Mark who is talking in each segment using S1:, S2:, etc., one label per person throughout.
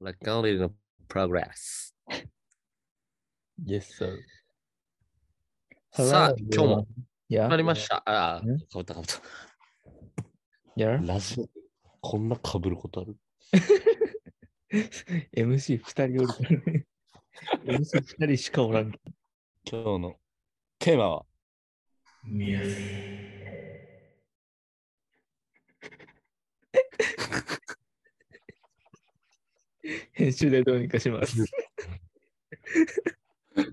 S1: ラッカンリルのプログレス。
S2: Yes, sir.
S1: さあ
S2: Hello,
S1: 今日も
S2: everyone. Yeah.
S1: 始まりました。ああ、か
S2: ん
S1: ぶったか ぶった。
S2: Yeah.
S1: ラジオ、こんなかぶることある
S2: MC 二人おるからね。MC 二人しかおらんけ
S1: 今日のテーマは
S2: ど。編集でどうにかします。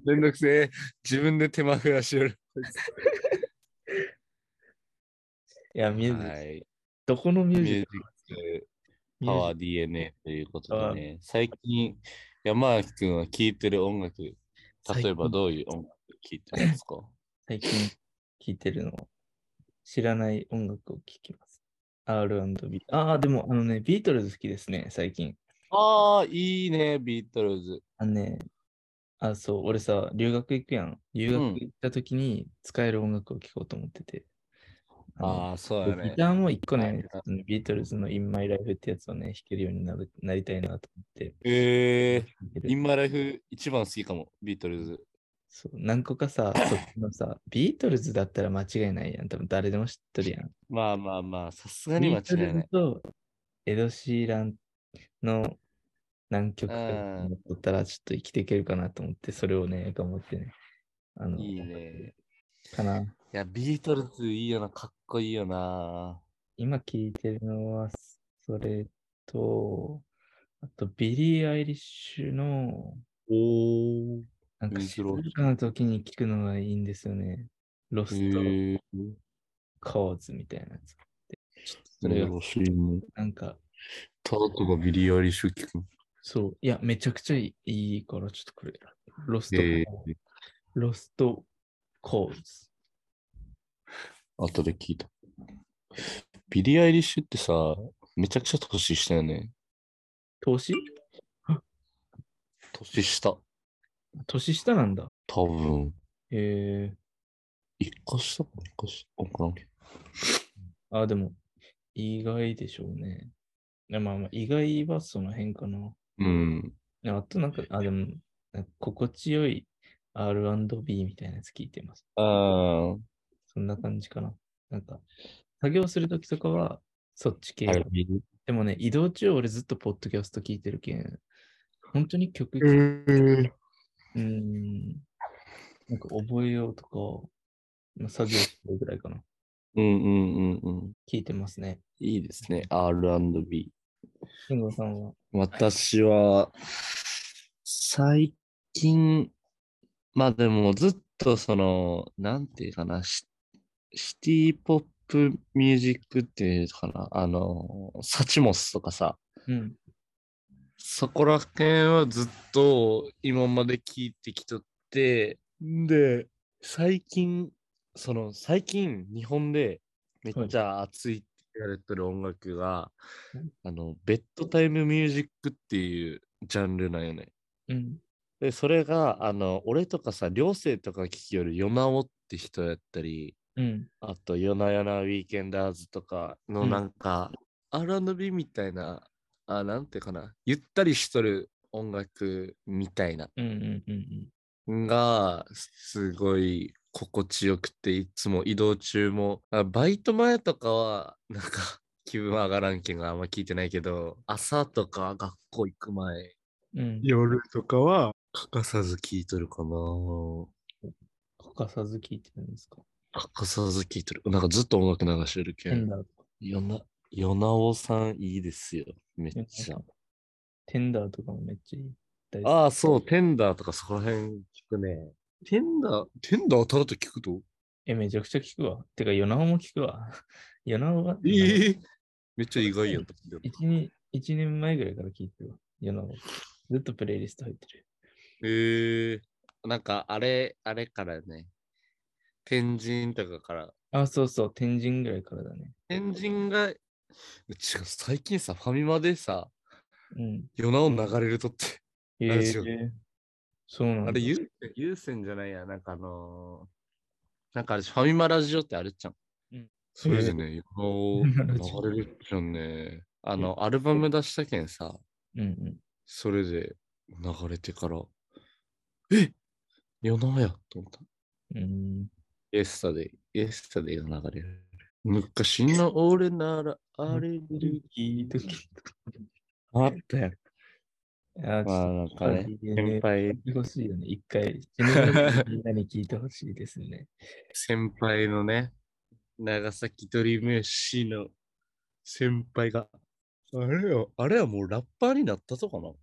S1: めんどくせえ。自分で手間増やしよる。
S2: いや、ミュージック、
S1: はい。
S2: どこのミュー
S1: ミ
S2: ジッ
S1: ュージ
S2: ク
S1: ック
S2: ミ
S1: パ
S2: ュー
S1: ワ
S2: ジ
S1: ー DNA ということでね、最近山脇くんは聴いてる音楽、
S2: 最近
S1: 例えばどういう音楽聴いてますか
S2: 最近聴いてるのは知らない音楽を聴きます。R&B。ああ、でもあのね、ビートルズ好きですね、最近。
S1: ああ、いいね、ビートルズ。
S2: あのね、あ、そう、俺さ、留学行くやん。留学
S1: うん
S2: 行った時に使える音楽を聴こうと思ってて。の
S1: ああ、そうだ
S2: ギ
S1: ね。
S2: ターも一個
S1: はい
S2: ね、ちょっとねビートルズの In My Life ってやつをね、弾けるようになるなりたいなと思って。
S1: ええ
S2: 弾ける
S1: インマイライフ一番好きかも、ビートルズ。
S2: そう何個 かさ、そっちのさ、ビートルズだったら間違いないやん。多分誰でも知ってるやん。
S1: まあまあまあ、さすがに間違いない
S2: ビー。トルズとエド・シーランの何曲か
S1: うん
S2: 持っとったらちょっと生きていけるかなと思って、それをね、頑張ってね。あの、
S1: いいね。
S2: かな。
S1: いや、ビートルズいいよな、かっこいいよな。
S2: 今聴いてるのは、それと、あと、ビリー・アイリッシュの、
S1: おお。
S2: なんか
S1: 珍しい
S2: 静かな時に聴くのがいいんですよね。ロスト・
S1: ええ
S2: カーズみたいなやつ。
S1: それ欲しいね。
S2: なんか、
S1: タートがビリー・アイリッシュ聞く。
S2: そう、いや、めちゃくちゃいいいいから、ちょっとこれ、ロスト、
S1: ええ
S2: ロスト・カーズ。
S1: 後で聞いた。ビリー・アイリッシュってさ、めちゃくちゃ年下よね。
S2: 投資
S1: 年下。
S2: 年下なんだ。
S1: 多分、
S2: え
S1: 一個下か一個下。わからんけど
S2: ー、あ、でも、意外でしょうね。いやまあまあ、意外はその辺かな。い
S1: うん。
S2: やあとなんか、あ、でも、なんか心地よい R&B みたいなやつ聞いてます。
S1: あ
S2: そんな感じかな。なんか、作業するときとかは、そっち系。
S1: あ、あれ、ビリー
S2: でもね、移動中俺ずっとポッドキャスト聞いてるけん、本当に曲、う
S1: うん。
S2: ーん、なんか覚えようとか、まあ、作業するぐらいかな。
S1: うんうんうんうん。
S2: 聞いてますね。
S1: いいですね。R&B。
S2: 慎吾さんは。
S1: 私は、最近、まあでもずっとその、なんていうかな、シシティポップミュージックっていうかな、あの、サチモスとかさ、
S2: うん。
S1: そこら辺はずっと今まで聞いてきとって、で、最近、その最近日本でめっちゃ熱いって言われてる音楽が、
S2: うん
S1: あの、ベッドタイムミュージックっていうジャンルなんよね。
S2: うん。
S1: で、それが、あの、俺とかさ、寮生とか聞きよるヨナオって人やったり、
S2: うん。
S1: あと、夜な夜なウィーケンダーズとか
S2: う
S1: の
S2: ん
S1: なんか、R&B みたいな、あ、なんていうかな、ゆったりしとる音楽みたいな、
S2: うんうんうんうん。
S1: が、すごい心地よくて、いつも移動中も、あバイト前とかは、なんか、 気分上がらんけんがあんま聞いてないけど、朝とか学校行く前、
S2: うん。
S1: 夜とかは欠かさず聞いとるかな。
S2: 欠かさず聞いてるんですか
S1: 欠かさず聞いとる。なんかずっと音楽流してるけ
S2: テン
S1: ん。
S2: ダーとか。
S1: よな、よなおさんいいですよ。めっちゃ。
S2: テンダーとかもめっちゃいい。大好
S1: ああ、そう、テンダーとかそこら辺聞くね。テンダー、テンダー当たると聞くと
S2: きえ、めちゃくちゃ聞くわ。てか、ヨナオも聞くわ。 ヨナオは、
S1: ええめっちゃ意外やん。
S2: 一年一年前ぐらいから聞いてるわ。ヨナオ。ずっとプレイリスト入ってる。
S1: ええなんか、あれ、あれからね。天神とかから。
S2: あ、そうそう。天神ぐらいからだね。
S1: 天神が、うちが最近さ、ファミマでさ、
S2: うん。
S1: 夜なを流れるとって。
S2: え
S1: ラジオ
S2: ー、そうなんだ。
S1: あ れ、優先、優先じゃないや、なんかあのーなんかあれ、ファミマラジオってあるじゃん。
S2: うん
S1: それでね、今を
S2: ファミマラジオ
S1: 流れるじゃんね。あの、アルバム出したけんさ、
S2: うんうん。
S1: それで流れてから、え夜なやと思った。
S2: うん。
S1: イエスタで、イエスタでが流れる。昔の俺ならあれる。
S2: いい時。
S1: あったやん。
S2: あー、ち
S1: まあな
S2: ょっ
S1: ん
S2: と
S1: かね、先輩、
S2: 聞いてほしいよね。一回、ジェネラルみんなに聞いてほしいですね。
S1: 先輩のね、長崎ドリーム FC の先輩が、あれよ、あれはもうラッパーになったとかな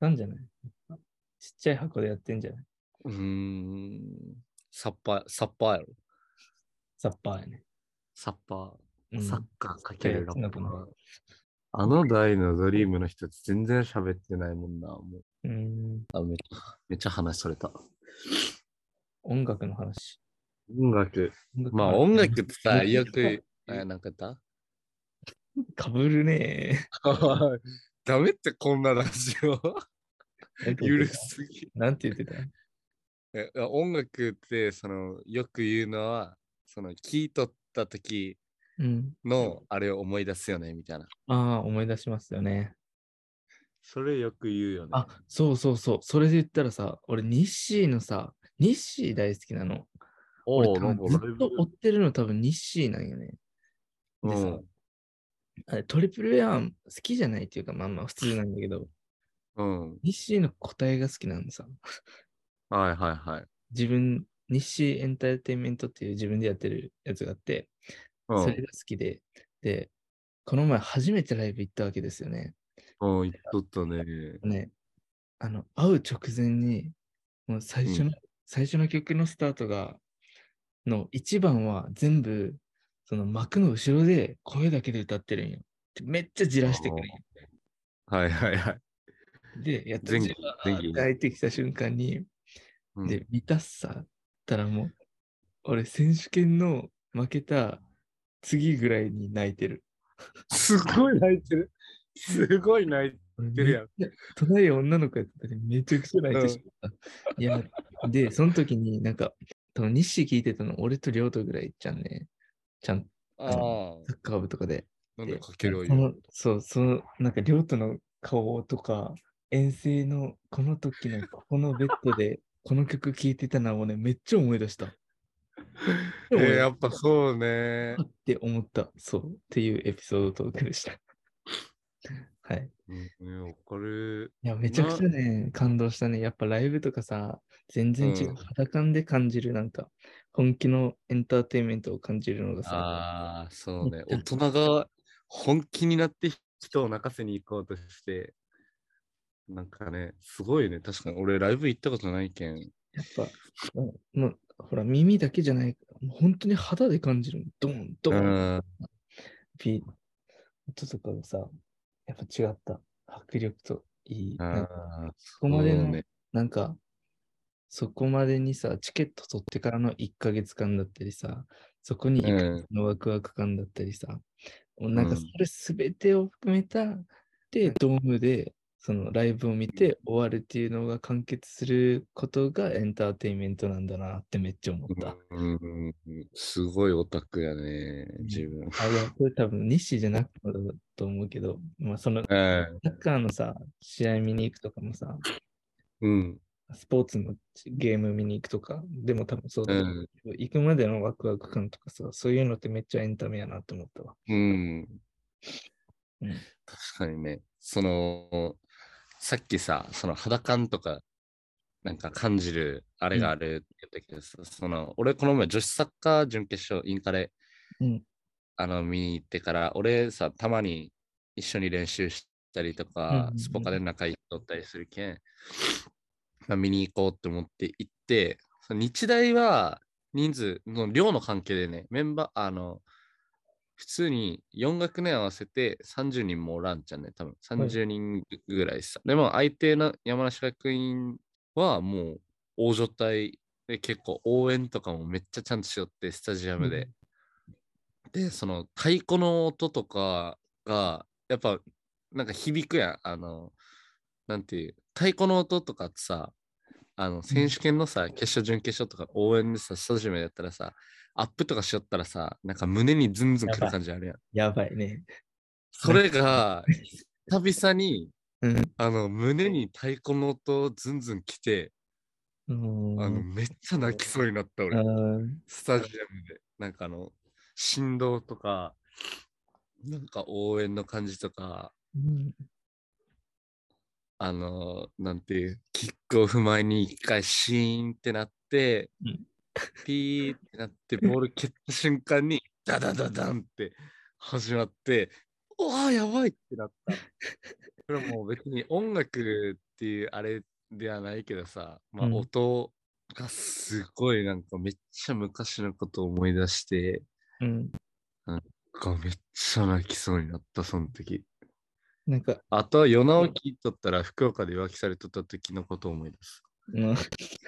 S2: なんじゃないちっちゃい箱でやってんじゃないう
S1: ーん、サッパー、サッパーやろ。
S2: サッパーやね。
S1: サッパ
S2: う
S1: ー、
S2: ん
S1: サッカーかけるラッパ
S2: そうやってんの
S1: ー。あの代のドリームの人って全然喋ってないもんな。もう
S2: うん。
S1: めっちゃ話それた。
S2: 音楽の話。
S1: 音楽。
S2: 音楽の
S1: まあ
S2: 話
S1: 音楽ってさ、
S2: うん
S1: よく、あなんか言っ
S2: かぶる ね
S1: た ダメってこんなラジ オ。
S2: え。
S1: ゆるすぎ。
S2: なんて言ってた
S1: えあ音楽ってそのよく言うのはその聴いとった時
S2: うん。
S1: のあれを思い出すよねみたいな
S2: ああ、思い出しますよね。
S1: それよく言うよね
S2: あ、そうそうそう。それで言ったらさ、俺、ニッシーのさ、ニッシー大好きなの。俺
S1: おお
S2: 多
S1: なん
S2: 分
S1: か
S2: ず
S1: ライ
S2: っ
S1: ブ
S2: と追ってるの多分ニッシーなんよね。
S1: う
S2: でさ、
S1: ん
S2: あれトリプルエアン好きじゃないっていうか、まあまあ普通なんだけど、
S1: うん
S2: ニッシーの答えが好きなんでさ、
S1: はいはいはい
S2: 自分、日誌エンターテインメントっていう自分でやってるやつがあって、
S1: うん
S2: それが好きで、で、この前初めてライブ行ったわけですよね。
S1: うん言っとったね
S2: ね、あの、会う直前に、もう最初の、
S1: うん
S2: 最初の曲のスタートが、の1番は全部、その幕の後ろで声だけで歌ってるんよ。めっちゃじらしてくるんよ。
S1: はいはいはい
S2: で、やっと
S1: 前後
S2: じわ
S1: 前
S2: ー
S1: 後
S2: って入ってきた瞬間に、
S1: うん
S2: で、見たさったらもう、俺、選手権の負けた次ぐらいに泣いてる。
S1: すごい泣いてるすごい泣いて
S2: 俺
S1: てるやん
S2: めっちゃ隣女の子やった時めちゃくちゃ泣いてしまった。いや、で、その時になんか、多分日誌聞いてたの、俺と亮とぐらいじゃんね。ちゃん、
S1: ああ
S2: サッカー部とかで。
S1: なんでかけろ
S2: そ
S1: よ
S2: のそう、その、なんか、亮との顔とか、遠征のこの時のここのベッドで、この曲聴いてたのをね、めっちゃ思い 出した。
S1: え
S2: でも
S1: ーやっぱそうね
S2: あって思った。そう。っていうエピソードトークでした。はい。
S1: うんわかる
S2: いや、めちゃくちゃね、感動したね。やっぱライブとかさ、全然違
S1: う
S2: う。
S1: ん
S2: 肌感で感じる、なんか、本気のエンターテインメントを感じるのがさ、
S1: ああ、そうね。
S2: め
S1: 大
S2: っち
S1: 人が本気になって人を泣かせに行こうとして、なんかね、すごいね。確かに俺ライブ行ったことないけん。
S2: やっぱ、うんもう、ほら、耳だけじゃない、もう本当に肌で感じる。ドン、ド
S1: う
S2: ン、
S1: ん。
S2: ピ音とかがさ、やっぱ違った。迫力といい。なんか
S1: あ
S2: そこまで
S1: そう
S2: の
S1: ね、
S2: なんか、そこまでにさ、チケット取ってからの1ヶ月間だったりさ、そこに行
S1: うん
S2: くのワクワク感だったりさ、もうなん
S1: う
S2: か
S1: ん
S2: それすべてを含めた、で、ドームで、そのライブを見て終わるっていうのが完結することがエンターテインメントなんだなってめっちゃ思った。
S1: うんうんうんすごいオタクやね、自分。
S2: あ、いや、これ多分日誌じゃなくてだと思うけど、まあその
S1: うん
S2: サッカーのさ、試合見に行くとかもさ、
S1: うん。
S2: スポーツのゲーム見に行くとか、でも多分そうだと思うけど、行くまでのワクワク感とかさ、そういうのってめっちゃエンタメやなって思ったわ。
S1: うん。
S2: うん
S1: 確かにね、その、さっきさ、その肌感とか、なんか感じるあれがあるって言ったけど、その、俺この前女子サッカー準決勝インカレ、
S2: うん
S1: あの、見に行ってから、俺さ、たまに一緒に練習したりと
S2: うんうん
S1: か
S2: う、ん
S1: スポカで仲良いとったりするけん、まあ見に行こうって思って行って、その日大は人数の量の関係でね、メンバー、あの、普通に4学年合わせて30人もおらんじゃんね、多分
S2: い
S1: 30人ぐらいさ。でも相手の山梨学院はもう大所帯で結構応援とかもめっちゃちゃんとしよって、スタジアムで。で、その太鼓の音とかがやっぱなんか響くやん。あの、なんていう、太鼓の音とかってさ、あの選手権のさ、決勝、準決勝とか応援でさ、スタジアムでやったらさ、アップとかしよったらさ、なんか胸にズンズンくる感じあるやん。
S2: やばいね。
S1: それが、久々に
S2: うん
S1: あの、胸に太鼓の音ずんずん来て、
S2: あ
S1: あの、
S2: の
S1: めっちゃ泣きそうになった、俺。スタジアムで。なんかあの、振動とか、なんか応援の感じとか、あの、なんていう、キックオフ前に一回シーンってなって、
S2: うん
S1: ピーってなって、ボール蹴った瞬間に、ダダダダンって始まって、おわやばいってなった。これはもう別に音楽っていうあれではないけどさ、まあ、
S2: うん
S1: 音がすごいなんかめっちゃ昔のことを思い出して、
S2: うん、
S1: がめっちゃ泣きそうになった、その時。
S2: なんか、
S1: あとは、夜なを聞いとったら、福岡で浮気されとった時のことを思い出す。
S2: まあ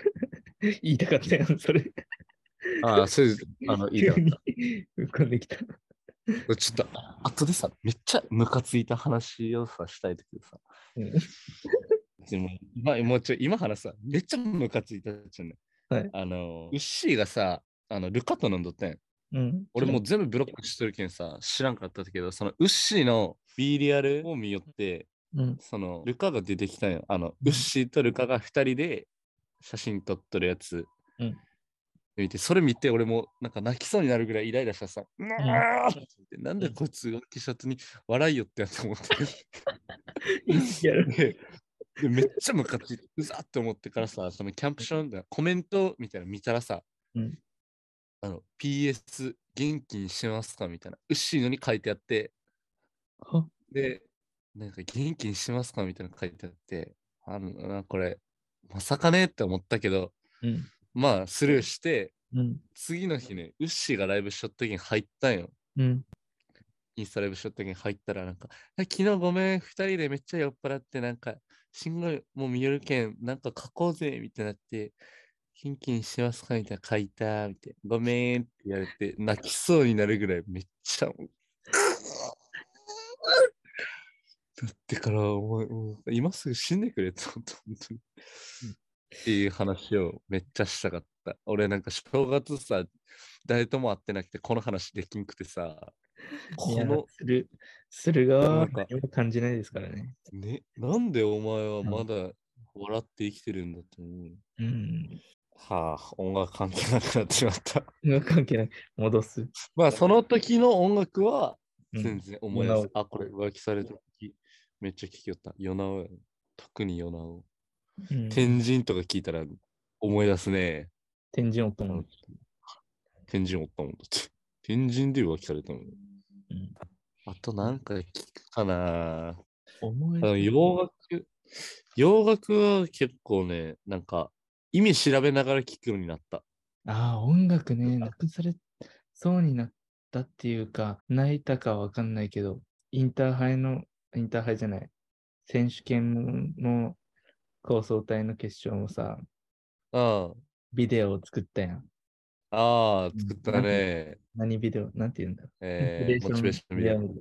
S2: 言いたかったよ、それ。
S1: ああ、そういう、あの、いいな
S2: 急。に 浮かんできた。
S1: ちょっと、後でさ、めっちゃムカついた話をさ、したいときでさ。
S2: うん
S1: でも、まあ、もうちょい、今話さ、めっちゃムカついたじゃんね。
S2: はい
S1: あの、ウッシーがさ、あの、ルカと飲んどったんやん。
S2: うん、
S1: 俺もう全部ブロックしとるけんさ、知らんかったけど、そのウッシーの B リアルを見よって、
S2: うん、
S1: その、ルカが出てきたんよ。あの、
S2: うん
S1: ウッシーとルカが2人で写真撮っとるやつ。
S2: うん
S1: 見て、それ見て、俺もなんか泣きそうになるぐらいイライラしたさ。うわーってなんでこいつ T シャツに笑いよってやつ思 って
S2: やる。
S1: ででめっちゃムカついて、うざって思ってからさ、そのキャンプションでコメントみたいなの見たらさ、
S2: うん
S1: あの、PS 元気にしてますかみたいな。ウッシーのに書いてあって、
S2: は
S1: で、なんか元気にしてますかみたいなの書いてあって、あのなこれ、まさかねって思ったけど、
S2: うん、
S1: まあスルーして、
S2: うん、
S1: 次の日ね、ウッシーがライブしとった時に入ったんよ。
S2: うん、
S1: インスタライブしとった時に入ったら、なんか、あ昨日ごめん、二人でめっちゃ酔っ払って、なんか、しんどい、もう見よるけん、なんか書こうぜ、みたいになって、元気にしてますかみたいな書いた、みたいな、ごめんって言われて、泣きそうになるぐらい、めっちゃもう、だってから、お前、もう今すぐ死んでくれって、本当に。っていう話をめっちゃしたかった。俺なんか正月さ、誰とも会ってなくて、この話できんくてさ、
S2: い
S1: こ
S2: や
S1: の、
S2: する、する側
S1: な
S2: は
S1: んか
S2: 何も感じないですからね。
S1: ね、なんでお前は
S2: ん
S1: まだ笑って生きてるんだって思う。
S2: うん。
S1: はあ、音楽関係なくなってしまった。
S2: 音楽関係ない。戻す。
S1: まあ、その時の音楽は
S2: うん
S1: 全然思い出す。
S2: 夜
S1: あ、これ浮気された時、めっちゃ聞きよった。夜なおや特に夜なお。
S2: うん、
S1: 天神とか聞いたら思い出すね。
S2: 天神夫も。
S1: 天神おったもんだって。天神で浮気されたもん。
S2: うん
S1: あとなんか聞くかな
S2: 思い
S1: あの洋楽、洋楽は結構ね、なんか意味調べながら聞くようになった。
S2: ああ、音楽ね、なくされそうになったっていうか、泣いたかわかんないけど、インターハイの、インターハイじゃない、選手権の高層体の決勝もさ、
S1: あ
S2: ビデオを作ったやん。
S1: あ、ああ
S2: うん
S1: 作ったね。
S2: 何ビデオなんて言うんだろう。
S1: えー、モチベーションビデオ。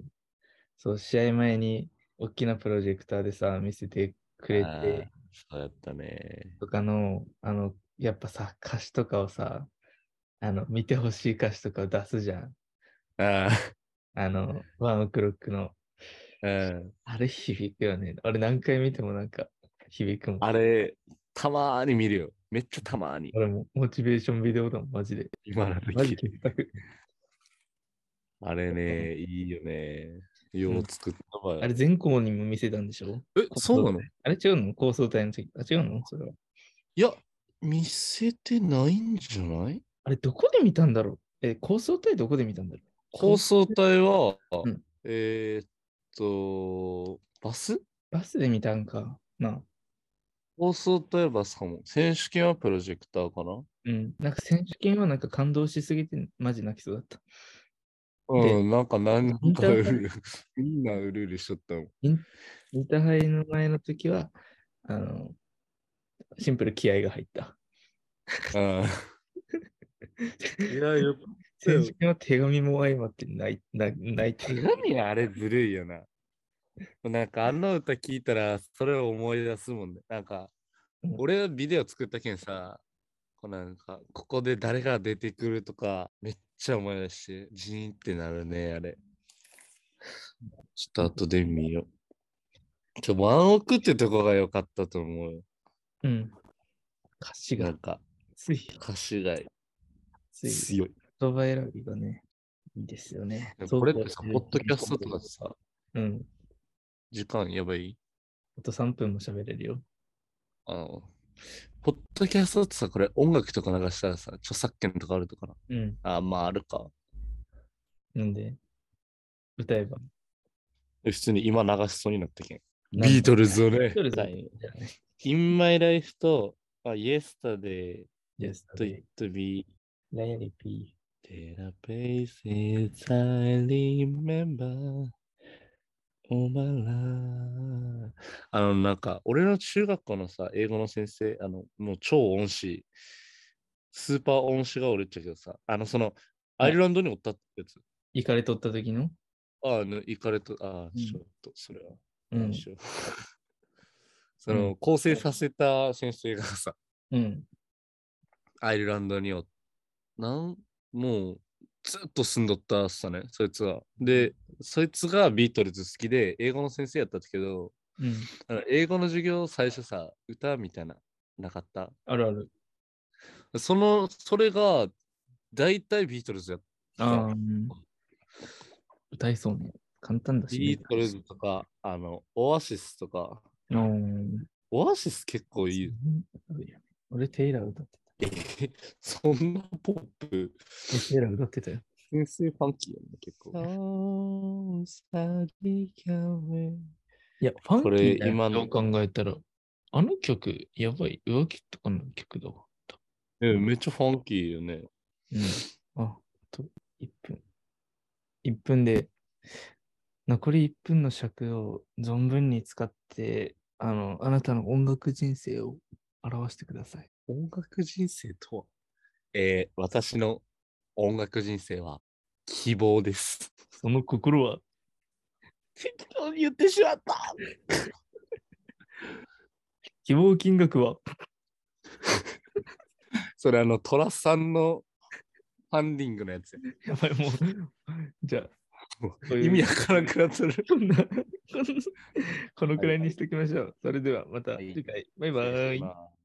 S2: そう、試合前に大きなプロジェクターでさ、見せてくれ
S1: あ
S2: て
S1: ーそうやったね。
S2: とかの、あの、やっぱさ、歌詞とかをさ、あの、見てほしい歌詞とかを出すじゃん。
S1: あ
S2: あの、ワンオクロックの。
S1: あ、 うん。
S2: あれ響くよね。俺何回見てもなんか響くもん。
S1: あれ、たまーに見るよ。めっちゃたまーに。
S2: 俺もモチベーションビデオだもん、マジで。
S1: 今の
S2: マジ
S1: 時。
S2: 傑作。
S1: あれね、いいよね。よう作ったわよ。
S2: あれ全校にも見せたんでしょ
S1: え、そうなの
S2: あれ違うの高層体の時。あ、違うのそれは。
S1: いや、見せてないんじゃない
S2: あれどこで見たんだろうえ、高層体どこで見たんだろう
S1: 高層体は、
S2: うん
S1: えーっと、バス
S2: バスで見たんか。なあ。
S1: 高層体はバスかも。選手権はプロジェクターかな
S2: うん。なんか選手権はなんか感動しすぎて、マジ泣きそうだった。
S1: う
S2: で
S1: ん、なんかなん
S2: インタ
S1: か
S2: ー
S1: う
S2: ハイ
S1: るうる、 みんなうるうるしちゃったもん。
S2: インターハイの前の時は、あの、シンプル気合が入った。
S1: いや、よく。
S2: 選手権は手紙も相まって泣い泣泣いて
S1: 手紙あれずるいよな。なんかあの歌聞いたらそれを思い出すもんね。なんか
S2: うん
S1: 俺はビデオ作ったけんさ、こうなんかここで誰が出てくるとかめっちゃ思い出してジーンってなるね、あれ。ちょっと後で見よちょ、ワンオクってとこが良かったと思うよ。
S2: うん。歌詞
S1: な
S2: が
S1: んか、
S2: つい、
S1: 歌詞が
S2: つい、
S1: 強い。
S2: 言葉選びがね、いいですよね。
S1: これってさ、ポッドキャストとか
S2: か
S1: でさ、
S2: うん。
S1: 時間やばい
S2: あと3分も喋れるよ。
S1: あの、ポッドキャストってさ、これ音楽とか流したらさ、著作権とかあるとかな。
S2: うん。
S1: あ、まああるか。
S2: なんで、歌えば。
S1: 普通に今流しそうになったけん。
S2: なんで
S1: ビートルズをね
S2: 一。人だ
S1: はい
S2: よ。
S1: In My Life と、まあ、Yesterday
S2: じゃあ、ス
S1: と
S2: ト
S1: It Be
S2: ライアリピ
S1: There are places I remember all my life あの、なんか、俺の中学校のさ、英語の先生、あの、もう超恩師、スーパー恩師がおるっちゃけどさ、あの、その、アイルランドにおったってやつ。
S2: ー。行かれとった時の
S1: ああ、ね、行かれと、ああ、
S2: うん
S1: ちょっと、それは、
S2: うん。
S1: 一緒 その、構成させた先生がさ、
S2: うん。
S1: アイルランドにおなん、もう、ずっと住んどったっすよね、そいつは。で、そいつがビートルズ好きで、英語の先生やったんだけど、
S2: うん。
S1: あの英語の授業最初さ、歌みたいな、なかった
S2: あるある。
S1: その、それが、大体ビートルズやった。
S2: ああ、うん歌えそうね。簡単だし、ね。
S1: ビートルズとか、あの、オアシスとか、
S2: うん。
S1: オアシス結構いいよ
S2: 俺、テイラー歌って
S1: そんなポップ、
S2: た。俺テイラー歌ってたよ。
S1: 先生ファンキーやね、結構。
S2: いや、ファンキ
S1: こ
S2: ー
S1: れ
S2: だよ
S1: 今の
S2: どう考えたら、あの曲、やばい、浮気とかの曲だわ。
S1: うん、めっちゃファンキーよね。
S2: うん。あ、あと1分。1分で、残り1分の尺を存分に使って、あの、あなたの音楽人生を表してください。
S1: 音楽人生とは、えー、私の音楽人生は希望です。
S2: その心は、
S1: 適当に言ってしま った
S2: 希望金額は、
S1: それあの、トラさんのファンディングのやつや。
S2: やばい、もう、じゃあ、
S1: も
S2: そう
S1: う
S2: いう
S1: 意味わからなくなっとる。
S2: こんな、こんなこのくらいにしておきましょう。それではまた
S1: はい
S2: 次回。バイバーイ。
S1: まあ